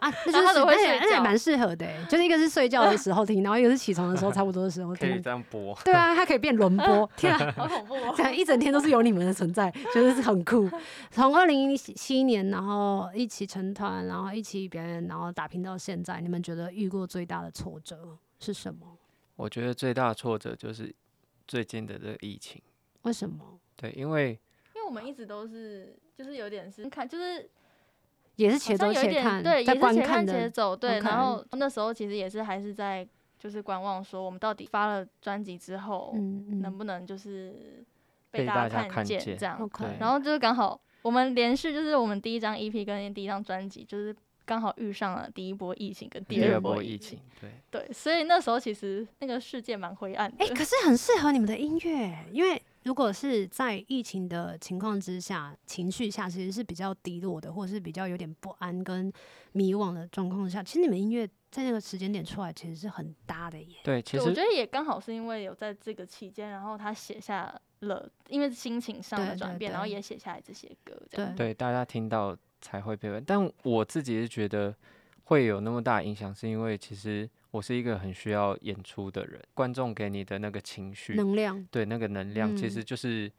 Speaker 1: 啊， 那就
Speaker 3: 然后
Speaker 1: 是
Speaker 3: 都会
Speaker 1: 那也
Speaker 3: 睡
Speaker 1: 那也
Speaker 3: 觉
Speaker 1: 蛮适合的欸，就是一个是睡觉的时候听，然后一个是起床的 时候差不多的时候
Speaker 2: 可以
Speaker 1: 听。
Speaker 2: 这样播，
Speaker 1: 对啊，它可以变轮 播，天啊！
Speaker 3: 好恐怖哦。
Speaker 1: 这样一整天都是有你们的存在，觉得是很酷。从二零一七年，然后一起成团，然后一起表演，然后打拼到现在，你们觉得遇过最大的挫折是什么？
Speaker 2: 我觉得最大的挫折就是最近的这个疫情，
Speaker 1: 为什么？
Speaker 2: 对，因为
Speaker 3: 因为我们一直都是就是有点是看就是
Speaker 1: 也是
Speaker 3: 好
Speaker 1: 且
Speaker 3: 像
Speaker 1: 走
Speaker 3: 有一
Speaker 1: 且
Speaker 3: 点
Speaker 1: 看，
Speaker 3: 对，也
Speaker 1: 在
Speaker 3: 是
Speaker 1: 观
Speaker 3: 且
Speaker 1: 看
Speaker 3: 看且
Speaker 1: 的，
Speaker 3: 走对。
Speaker 1: 观
Speaker 3: 然后那时候其实也是还是在就是观望，说我们到底发了专辑之后、
Speaker 1: 嗯
Speaker 3: 能
Speaker 1: 嗯，
Speaker 3: 不能就是
Speaker 2: 被
Speaker 3: 大
Speaker 2: 大家看
Speaker 3: 见
Speaker 2: 见
Speaker 3: 这样。
Speaker 1: OK
Speaker 2: 对
Speaker 3: 然后就是刚好我们连续就是我们第一张 EP 跟第一张专辑就是。刚好遇上了第一波疫情跟
Speaker 2: 第
Speaker 3: 二
Speaker 2: 二
Speaker 3: 波
Speaker 2: 波疫情，，对，
Speaker 3: 对，所以那时候其实那个世界蛮灰暗的。
Speaker 1: 哎、可是很适合你们的音乐，因为如果是在疫情的情况之下，情绪下其实是比较低落的，或者是比较有点不安跟迷惘的状况下，其实你们音乐在那个时间点出来，其实是很搭的耶。
Speaker 2: 对，其
Speaker 3: 对我觉
Speaker 2: 实
Speaker 3: 得也刚好是因为有在这个期间，然后他写下了，因为心情上的
Speaker 1: 对
Speaker 3: 转
Speaker 1: 对
Speaker 3: 变，然后
Speaker 1: 对
Speaker 3: 也写下来这些歌，这
Speaker 1: 嗯
Speaker 3: 样。
Speaker 2: 对大家听到才会被问，但我自己是觉得会有那么大影响，是因为其实我是一个很需要演出的人，观众给你的那个情绪，
Speaker 1: 能量，
Speaker 2: 对那个能量，其
Speaker 1: 嗯
Speaker 2: 实就是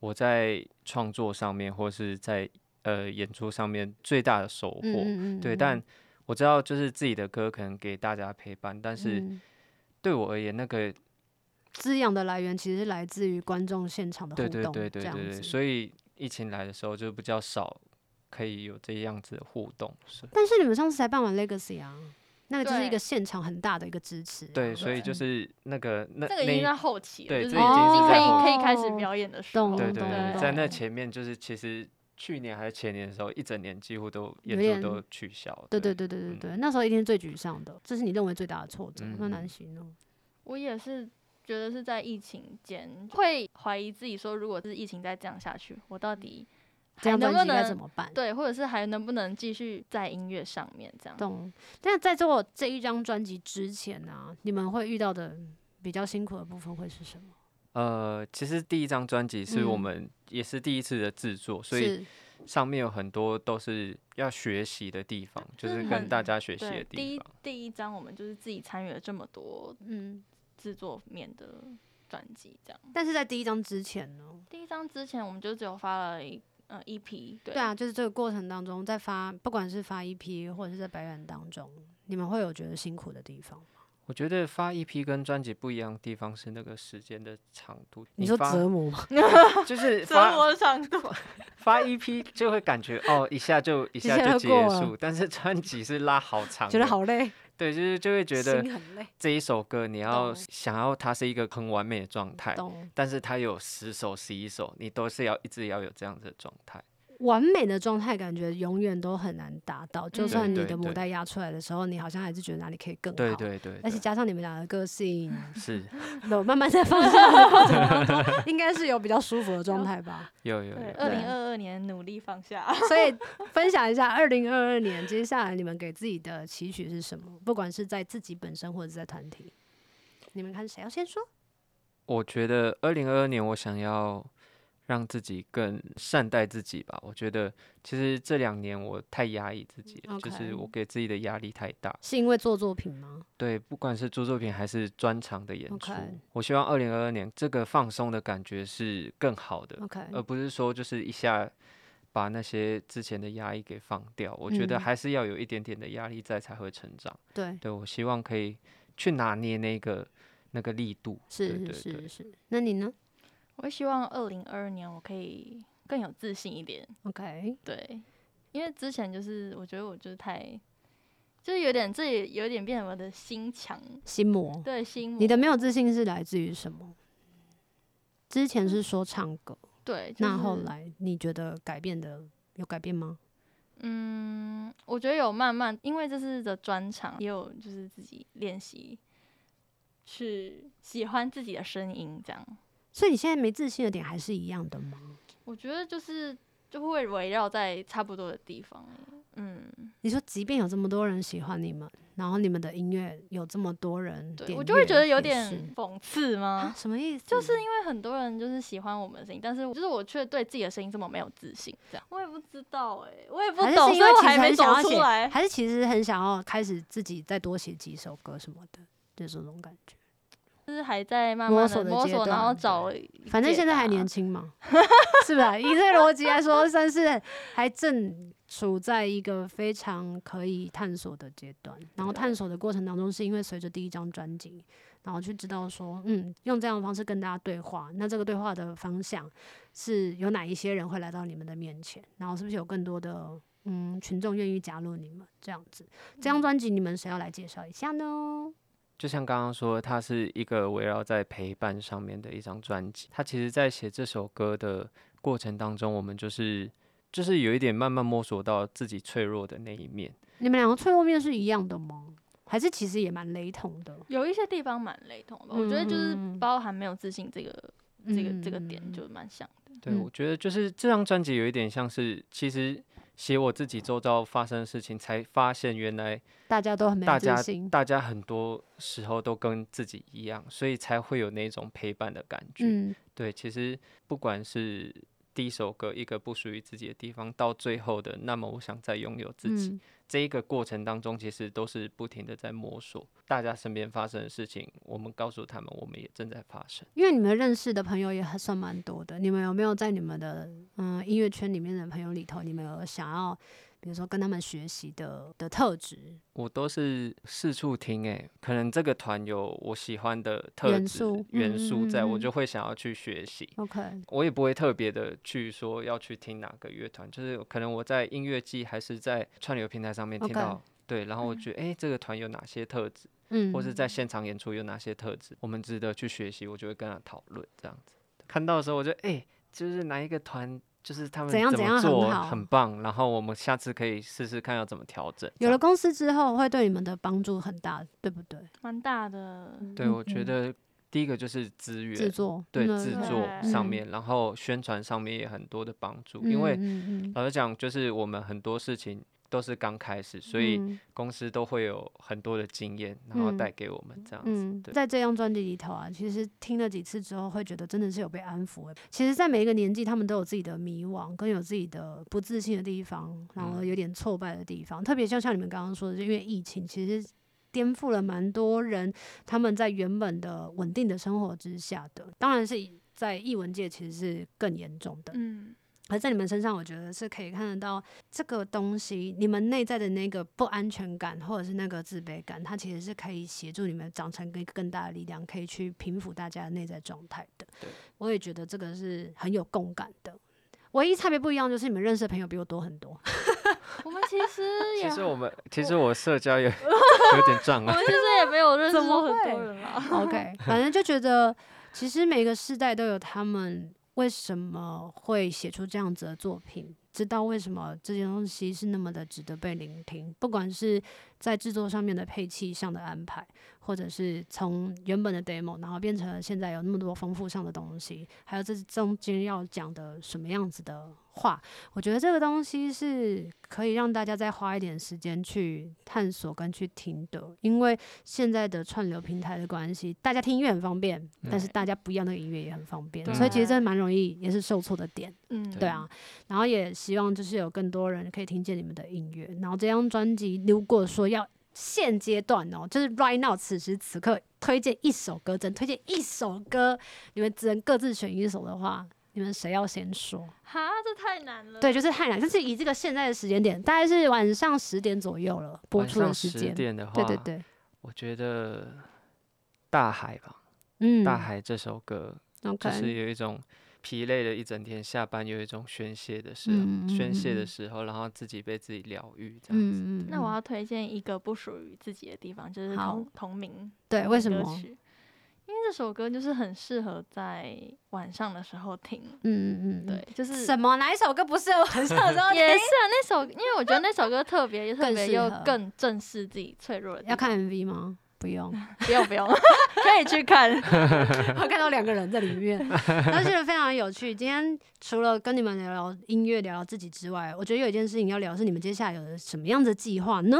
Speaker 2: 我在创作上面或是在呃演出上面最大的收获。
Speaker 1: 嗯嗯嗯
Speaker 2: 对，
Speaker 1: 嗯
Speaker 2: 但我知道就是自己的歌可能给大家陪伴，但是
Speaker 1: 嗯
Speaker 2: 对我而言，那个
Speaker 1: 滋养的来源其实是来自于观众现场的
Speaker 2: 对
Speaker 1: 互
Speaker 2: 对
Speaker 1: 动，
Speaker 2: 对对
Speaker 1: 这
Speaker 2: 对
Speaker 1: 样
Speaker 2: 对，
Speaker 1: 子。
Speaker 2: 所以疫情来的时候就比较少可以有这样子的互动，是
Speaker 1: 但是你们上次才办完 Legacy 啊，那个就是一
Speaker 3: 对
Speaker 1: 个现场很大的一个支持啊、
Speaker 2: 对，所以
Speaker 3: 对
Speaker 2: 就是那个那
Speaker 3: 这个
Speaker 2: 呃
Speaker 3: 已
Speaker 2: 那
Speaker 3: 经
Speaker 2: 一
Speaker 3: 在后期了，
Speaker 2: 对
Speaker 3: 就是
Speaker 2: 这
Speaker 3: 已
Speaker 1: 已经
Speaker 3: 经
Speaker 1: 是
Speaker 3: 可
Speaker 1: 在
Speaker 3: 以
Speaker 1: 后
Speaker 3: 可以开始
Speaker 1: 期
Speaker 3: 表演的时候，
Speaker 1: 懂
Speaker 2: 对
Speaker 1: 懂
Speaker 2: 对
Speaker 1: 懂
Speaker 2: 对，
Speaker 3: 欸
Speaker 2: 在那
Speaker 1: 懂
Speaker 2: 前面就是其实去年还是前年的时候，一整年几乎都
Speaker 1: 有
Speaker 2: 演
Speaker 1: 点
Speaker 2: 出都取消，
Speaker 1: 对对对对对对，那时候一定是最沮丧的，这是你认为最大的挫折。那
Speaker 2: 嗯
Speaker 1: 南希呢？
Speaker 3: 我也是觉得是在疫情间会怀疑自己，说如果是疫情再这样下去，我到底
Speaker 1: 这
Speaker 3: 还
Speaker 1: 样
Speaker 3: 能
Speaker 1: 专
Speaker 3: 不
Speaker 1: 辑该怎
Speaker 3: 能
Speaker 1: 么办？
Speaker 3: 对，或者是还能不能继续在音乐上面这样？
Speaker 1: 懂。但在做这一张专辑之前啊，你们会遇到的比较辛苦的部分会是什么？
Speaker 2: 呃，其实第一张专辑是我
Speaker 1: 嗯
Speaker 2: 们也是第一次的制作，所以
Speaker 1: 是
Speaker 2: 上面有很多都是要学习的地方，就
Speaker 3: 就是是
Speaker 2: 跟
Speaker 3: 很
Speaker 2: 大家学习
Speaker 3: 对
Speaker 2: 的，
Speaker 3: 第
Speaker 2: 地
Speaker 3: 一
Speaker 2: 方。
Speaker 3: 第一张我们就是自己参与了这么多
Speaker 1: 嗯，
Speaker 3: 制作面的专辑，这样。
Speaker 1: 但是在第一张之前呢？
Speaker 3: 第一张之前我们就只有发了一呃 EP，对
Speaker 1: 对啊，就是这个过程当中，在发不管是发 EP 或者是在表演当中，你们会有觉得辛苦的地方吗？
Speaker 2: 我觉得发一批跟专辑不一样的地方是那个时间的长度。
Speaker 1: 你说
Speaker 2: 发
Speaker 1: 折 磨吗？
Speaker 2: 就是
Speaker 3: 折
Speaker 2: 发
Speaker 3: 磨上度，
Speaker 2: 发一批就会感觉哦，一下就一
Speaker 1: 一
Speaker 2: 下
Speaker 1: 下
Speaker 2: 就
Speaker 1: 就
Speaker 2: 结
Speaker 1: 过了
Speaker 2: 束，但是专辑是拉好长，
Speaker 1: 觉得，好累，
Speaker 2: 对，就是就会觉得
Speaker 1: 心很累，
Speaker 2: 这一首歌你要
Speaker 1: 懂
Speaker 2: 想要它是一个很完美的状态，
Speaker 1: 懂？
Speaker 2: 但是它有十首十一首，你都是要一直要有这样子的状态。
Speaker 1: 完美的状态感觉永远都很难达到，就
Speaker 3: 嗯
Speaker 1: 算你
Speaker 2: 对
Speaker 1: 的
Speaker 2: 对
Speaker 1: 母
Speaker 2: 对
Speaker 1: 带压出来的时候，你好像还是觉得哪里可以更好。
Speaker 2: 对对对，
Speaker 1: 而且
Speaker 2: 对
Speaker 1: 加上你们俩的个性，
Speaker 2: 是
Speaker 1: 有慢慢在放下的过程当 中，应该是有比较舒服的状态吧。
Speaker 2: 有有有
Speaker 3: 对，
Speaker 2: 有，
Speaker 3: 二
Speaker 1: 对
Speaker 3: 零二二年努力放下。
Speaker 1: 所以分享一下二零二二年接下来你们给自己的期许是什么？不管是在自己本身或者是在团体，你们看谁要先说？
Speaker 2: 我觉得二零二二年我想要让自己更善待自己吧。我觉得其实这两年我太压抑自己了，就是我
Speaker 1: 嗯 OK
Speaker 2: 给自己的压力太大。
Speaker 1: 是因为做作品吗？
Speaker 2: 对，不管是著作品还是专场的演出
Speaker 1: OK
Speaker 2: 我希望二零二二年这个放松的感觉是更好的
Speaker 1: OK，
Speaker 2: 而不是说就是一下。把那些之前的压抑给放掉，我觉得
Speaker 1: 嗯
Speaker 2: 还是要有一点点的压力在才会成长。
Speaker 1: 对，
Speaker 2: 对我希望可以去拿捏那个那个力度。对
Speaker 1: 是
Speaker 2: 对
Speaker 1: 是是
Speaker 2: 对
Speaker 1: 是。那你呢
Speaker 3: 我希望二零二二年我可以更有自信一点，
Speaker 1: ？OK，
Speaker 3: 对，因为之前就是我觉得我就是太，就是有点这也有点变成我的心墙，
Speaker 1: 心魔，
Speaker 3: 对心魔，
Speaker 1: 嗯你的没有自信是来自于什么？之前是说唱歌，
Speaker 3: 对，就
Speaker 1: 那后
Speaker 3: 是
Speaker 1: 来你觉得改变的有改变吗？
Speaker 3: 嗯，我觉得有慢慢，因为这次的专场也有就是自己练习。去喜欢自己的声音，这样。
Speaker 1: 所以你现在没自信的点还是一样的吗？
Speaker 3: 我觉得就是就会围绕在差不多的地方欸，嗯，
Speaker 1: 你说，即便有这么多人喜欢你们，然后你们的音乐有这么多人点
Speaker 3: 对
Speaker 1: 阅，
Speaker 3: 我就会觉得有
Speaker 1: 也
Speaker 3: 点
Speaker 1: 是
Speaker 3: 讽刺
Speaker 1: 啊
Speaker 3: 吗，？
Speaker 1: 什么意思？
Speaker 3: 就是因为很多人就是喜欢我们的声音，但是就是我却对自己的声音这么没有自信，这样我也不知道哎、我也不
Speaker 1: 还是
Speaker 3: 懂，
Speaker 1: 是
Speaker 3: 所以
Speaker 1: 因为
Speaker 3: 我
Speaker 1: 其实
Speaker 3: 还没
Speaker 1: 很
Speaker 3: 走
Speaker 1: 想要
Speaker 3: 出
Speaker 1: 写，
Speaker 3: 来。
Speaker 1: 还是其实很想要开始自己再多写几首歌什么的，就是这种感觉。
Speaker 3: 就是还在慢
Speaker 1: 摸
Speaker 3: 慢
Speaker 1: 索
Speaker 3: 的
Speaker 1: 的
Speaker 3: 摸
Speaker 1: 阶
Speaker 3: 索，
Speaker 1: 段
Speaker 3: 然后找解答。
Speaker 1: 反正现在还年轻嘛，是吧？以这个逻辑来说，算是还正处在一个非常可以探索的阶段。然后探索的过程当中，是因为随着第一张专辑，然后去知道说，嗯，用这样的方式跟大家对话，那这个对话的方向是有哪一些人会来到你们的面前，然后是不是有更多的。嗯，群众愿意加入你们这样子，这张专辑你们谁要来介绍一下呢？
Speaker 2: 就像刚刚说，它是一个围绕在陪伴上面的一张专辑。它其实，在写这首歌的过程当中，我们就是就是有一点慢慢摸索到自己脆弱的那一面。
Speaker 1: 你们两个脆弱面是一样的吗？还是其实也蛮雷同的？
Speaker 3: 有一些地方蛮雷同的吧，我觉得就是
Speaker 1: 嗯嗯嗯
Speaker 3: 包含没有自信这个这个这个点
Speaker 1: 嗯
Speaker 3: 就蛮像的。
Speaker 2: 对，
Speaker 1: 嗯
Speaker 2: 我觉得就是这张专辑有一点像是，其实写我自己周遭发生的事情，才发现原来
Speaker 1: 大家都很没
Speaker 2: 大
Speaker 1: 自
Speaker 2: 家
Speaker 1: 信。
Speaker 2: 大家很多时候都跟自己一样，所以才会有那种陪伴的感觉。
Speaker 1: 嗯，
Speaker 2: 对，其实不管是第一首歌一个不属于自己的地方，到最后的那么我想再拥有自己，
Speaker 1: 嗯
Speaker 2: 这一个过程当中，其实都是不停的在摸索大家身边发生的事情，我们告诉他们，我们也正在发生。
Speaker 1: 因为你们认识的朋友也还算蛮多的，你们有没有在你们的嗯音乐圈里面的朋友里头，你们有想要比如说跟他们学习的的特质
Speaker 2: 我都是四处听、欸，可能这个团有我喜欢的特
Speaker 1: 元
Speaker 2: 质
Speaker 1: 素
Speaker 2: 元素在，
Speaker 1: 嗯
Speaker 2: 我
Speaker 1: 嗯嗯
Speaker 2: 就会想要去学习。
Speaker 1: ？OK，
Speaker 2: 我也不会特别的去说要去听哪个乐团，就是可能我在音乐季还是在串流平台上面听
Speaker 1: OK
Speaker 2: 到对，然后我
Speaker 3: 嗯
Speaker 2: 觉得诶，这个团有哪些特质，
Speaker 1: 嗯，
Speaker 2: 或是在现场演出有哪些特质，我们值得去学习，我就会跟他讨论这样子。看到的时候，我就诶，就是哪一个团。就是他们
Speaker 1: 怎样
Speaker 2: 怎
Speaker 1: 怎
Speaker 2: 么
Speaker 1: 样很
Speaker 2: 做
Speaker 1: 好
Speaker 2: 很棒，然后我们下次可以试试看要怎么调整。
Speaker 1: 有
Speaker 2: 这
Speaker 1: 了
Speaker 2: 样
Speaker 1: 公司之后，会对你们的帮助很大，对不对？
Speaker 3: 蛮大的，
Speaker 2: 对，我
Speaker 1: 嗯
Speaker 2: 觉得第一个就是资源，
Speaker 1: 制作
Speaker 2: 对
Speaker 1: 嗯
Speaker 2: 制
Speaker 3: 对
Speaker 2: 作上
Speaker 1: 嗯
Speaker 2: 面，然后宣传上面也很多的帮助，因为
Speaker 1: 嗯嗯嗯
Speaker 2: 老实讲，就是我们很多事情都是刚开始，所以
Speaker 1: 嗯
Speaker 2: 公司都会有很多的经验，然后
Speaker 1: 嗯
Speaker 2: 带给我们这样子。
Speaker 1: 嗯，
Speaker 2: 对
Speaker 1: 在这张专辑里头啊，其实听了几次之后，会觉得真的是有被安抚欸。其实，在每一个年纪，他们都有自己的迷惘，跟有自己的不自信的地方，然后
Speaker 2: 嗯
Speaker 1: 有点挫败的地方。特别就像你们刚刚说的，就因为疫情，其实。颠覆了蛮多人他们在原本的稳定的生活之下的，当然是在艺文界其实是更严重的。
Speaker 3: 嗯，
Speaker 1: 而在你们身上，我觉得是可以看得到这个东西，你们内在的那个不安全感或者是那个自卑感，它其实是可以协助你们长成一个更大的力量，可以去平复大家的内在状态的
Speaker 2: 对。
Speaker 1: 我也觉得这个是很有共感的。唯一差别不一样就是你们认识的朋友比我多很多，
Speaker 3: 我们其实 也
Speaker 2: 其实我们其
Speaker 3: 我
Speaker 2: 实我 社交有有点障
Speaker 3: 我
Speaker 2: 碍，
Speaker 3: 们其实也没有认识
Speaker 4: 怎么
Speaker 3: 过很多
Speaker 4: 会
Speaker 3: 人啦。
Speaker 1: OK，反正就觉得其实每个世代都有他们为什么会写出这样子的作品，知道为什么这些东西是那么的值得被聆听，不管是在制作上面的配器上的安排，或者是从原本的 demo，然后变成了现在有那么多丰富上的东西，还有这中间要讲的什么样子的话，我觉得这个东西是可以让大家再花一点时间去探索跟去听的，因为现在的串流平台的关系，大家听音乐很方便，但是
Speaker 3: 对
Speaker 1: 大家不要那个音乐也很方便，
Speaker 3: 对
Speaker 1: 所以其实这蛮容易也是受挫的点。
Speaker 3: 嗯，
Speaker 1: 对啊，然后也希望就是有更多人可以听见你们的音乐。然后这张专辑，如果说要现阶段哦，就是 right now 此时此刻推荐一首歌，只能推荐一首歌，你们只能各自选一首的话，你们谁要先说？
Speaker 2: 嗯
Speaker 3: 哈，这太难了。
Speaker 1: 对，就是太难。就是以这个现在的时间点，大概是晚上十点左右了播
Speaker 2: 晚
Speaker 1: 出的
Speaker 2: 上
Speaker 1: 时
Speaker 2: 十
Speaker 1: 间。
Speaker 2: 点的话，
Speaker 1: 对对对，
Speaker 2: 我觉得大海吧，
Speaker 1: 嗯，
Speaker 2: 大海这首歌就
Speaker 1: OK，嗯
Speaker 2: 是有一种疲累了一整天，下班有一种宣泄的时候，
Speaker 1: 嗯嗯
Speaker 2: 宣泄
Speaker 1: 嗯
Speaker 2: 的
Speaker 1: 嗯
Speaker 2: 时候，然后自己被自己疗愈这样子。
Speaker 1: 嗯嗯，
Speaker 3: 那我
Speaker 1: 嗯
Speaker 3: 要推荐一个不属于自己的地方，就是
Speaker 1: 好
Speaker 3: 同同名
Speaker 1: 对为什
Speaker 3: 歌
Speaker 1: 么？
Speaker 3: 曲，因为这首歌就是很适合在晚上的时候听。
Speaker 1: 嗯嗯嗯，嗯
Speaker 3: 对，，就是
Speaker 4: 什么？哪一首歌不适合晚上的时候 听？
Speaker 3: 也是啊，那首，因为我觉得那首歌特别，特
Speaker 1: 更
Speaker 3: 别
Speaker 1: 适
Speaker 3: 又
Speaker 1: 合
Speaker 3: 更正视自己脆弱的地
Speaker 1: 要
Speaker 3: 方。
Speaker 1: 看 MV 吗？不用，
Speaker 3: 不用不 用，可以去看。
Speaker 1: 我看到两个人在里面，然后觉得非常有趣。今天除了跟你们聊聊音乐、聊聊自己之外，我觉得有一件事情要聊，是你们接下来有什么样的计划呢？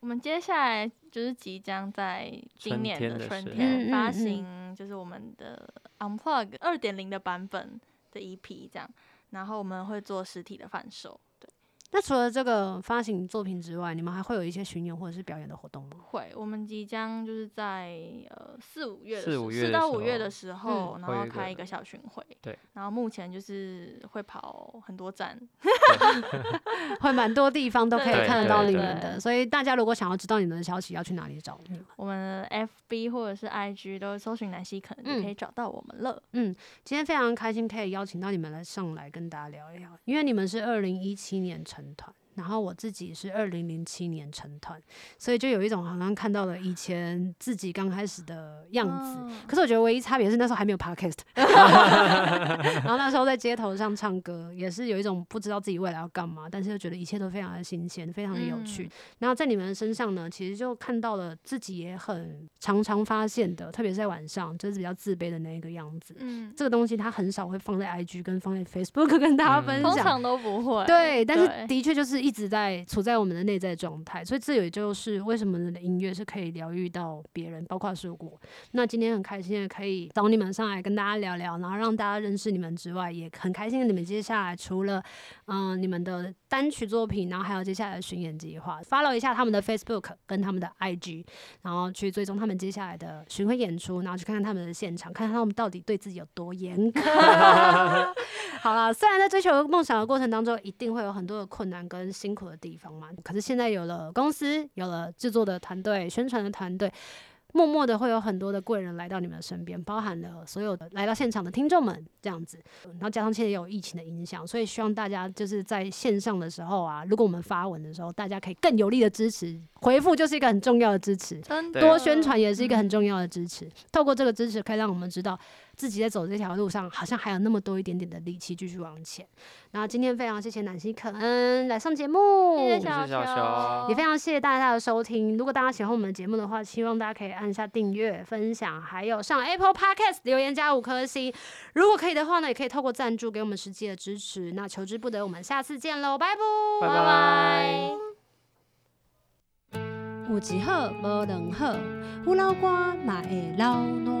Speaker 3: 我们接下来就是即将在今年的春
Speaker 2: 春天的时候
Speaker 3: 天
Speaker 1: 嗯嗯
Speaker 3: 发
Speaker 1: 嗯
Speaker 3: 行，就是我们的 Unplug 二点零的版本的 EP 这样，然后我们会做实体的贩售，对，
Speaker 1: 那除了这个发行作品之外，你们还会有一些巡演或者是表演的活动吗？
Speaker 3: 会，我们即将就是在呃四五月的
Speaker 2: 四
Speaker 3: 时
Speaker 2: 五
Speaker 3: 候，
Speaker 2: 月
Speaker 3: 四
Speaker 2: 的
Speaker 3: 到
Speaker 2: 时
Speaker 3: 五月
Speaker 2: 候嗯
Speaker 3: 的时候，然
Speaker 2: 会有
Speaker 3: 后
Speaker 2: 一个
Speaker 3: 开一个小巡回，
Speaker 2: 对，
Speaker 3: 然后目前就是会跑很多站，
Speaker 1: 会蛮多地方都可以
Speaker 3: 对
Speaker 1: 看得到
Speaker 2: 对
Speaker 1: 你
Speaker 2: 对
Speaker 1: 们的，所以大家如果想要知道你们的消息，要去哪里找你们？
Speaker 3: 我们的 FB 或者是 IG 都搜寻南希，可能
Speaker 1: 嗯
Speaker 3: 就可以找到我们了。
Speaker 1: 今天非常开心可以邀请到你们来上来跟大家聊一聊，因为你们是二零一七年成团，然后我自己是二零零七年成团，所以就有一种好像看到了以前自己刚开始的样子。
Speaker 3: 嗯
Speaker 1: 可是我觉得唯一差别是那时候还没有 podcast，然后那时候在街头上唱歌，也是有一种不知道自己未来要干嘛，但是又觉得一切都非常的新鲜，非常的有趣。
Speaker 3: 嗯
Speaker 1: 然后在你们的身上呢，其实就看到了自己也很常常发现的，特别是在晚上，就是比较自卑的那一个样子。
Speaker 3: 嗯，
Speaker 1: 这个东西它很少会放在 IG 跟放在 Facebook 跟大家
Speaker 2: 嗯
Speaker 1: 分
Speaker 3: 通
Speaker 1: 享。
Speaker 3: 常都不会。
Speaker 1: 对，但是
Speaker 3: 对
Speaker 1: 的确就是一直在处在我们的内在状态，所以这也就是为什么你的音乐是可以疗愈到别人，包括是我。那今天很开心的可以找你们上来跟大家聊聊，然后让大家认识你们之外，也很开心你们接下来除了嗯、你们的单曲作品，然后还有接下来的巡演计划，follow 一下他们的 Facebook 跟他们的 IG，然后去追踪他们接下来的巡回演出，然后去看看他们的现场，看看他们到底对自己有多严 苛。好啦，虽然在追求梦想的过程当中，一定会有很多的困难跟辛苦的地方嘛，可是现在有了公司，有了制作的团队、宣传的团队。默默的会有很多的贵人来到你们的身边，包含了所有的来到现场的听众们这样子，然后加上现在也有疫情的影响，所以希望大家就是在线上的时候啊，如果我们发文的时候，大家可以更有力的支持，回复就是一个很重要的支持。
Speaker 3: 真的
Speaker 1: 多宣传也是一个很重要的支持。透过这个支持，可以让我们知道自己在走这条路上，好像还有那么多一点点的力气继续往前。然后今天非常谢谢南希肯恩来上节目，
Speaker 3: 谢谢
Speaker 2: 小小
Speaker 3: 小小，
Speaker 1: 哦也非常谢谢大家的收听。如果大家喜欢我们的节目的话，希望大家可以按下订阅、分享，还有上 Apple Podcast 留言加五颗星。如果可以的话呢，也可以透过赞助给我们实际的支持。那求之不得，我们下次见喽，拜拜
Speaker 2: 拜
Speaker 3: 拜拜。
Speaker 5: 有一好无两好，有老瓜嘛会老烂。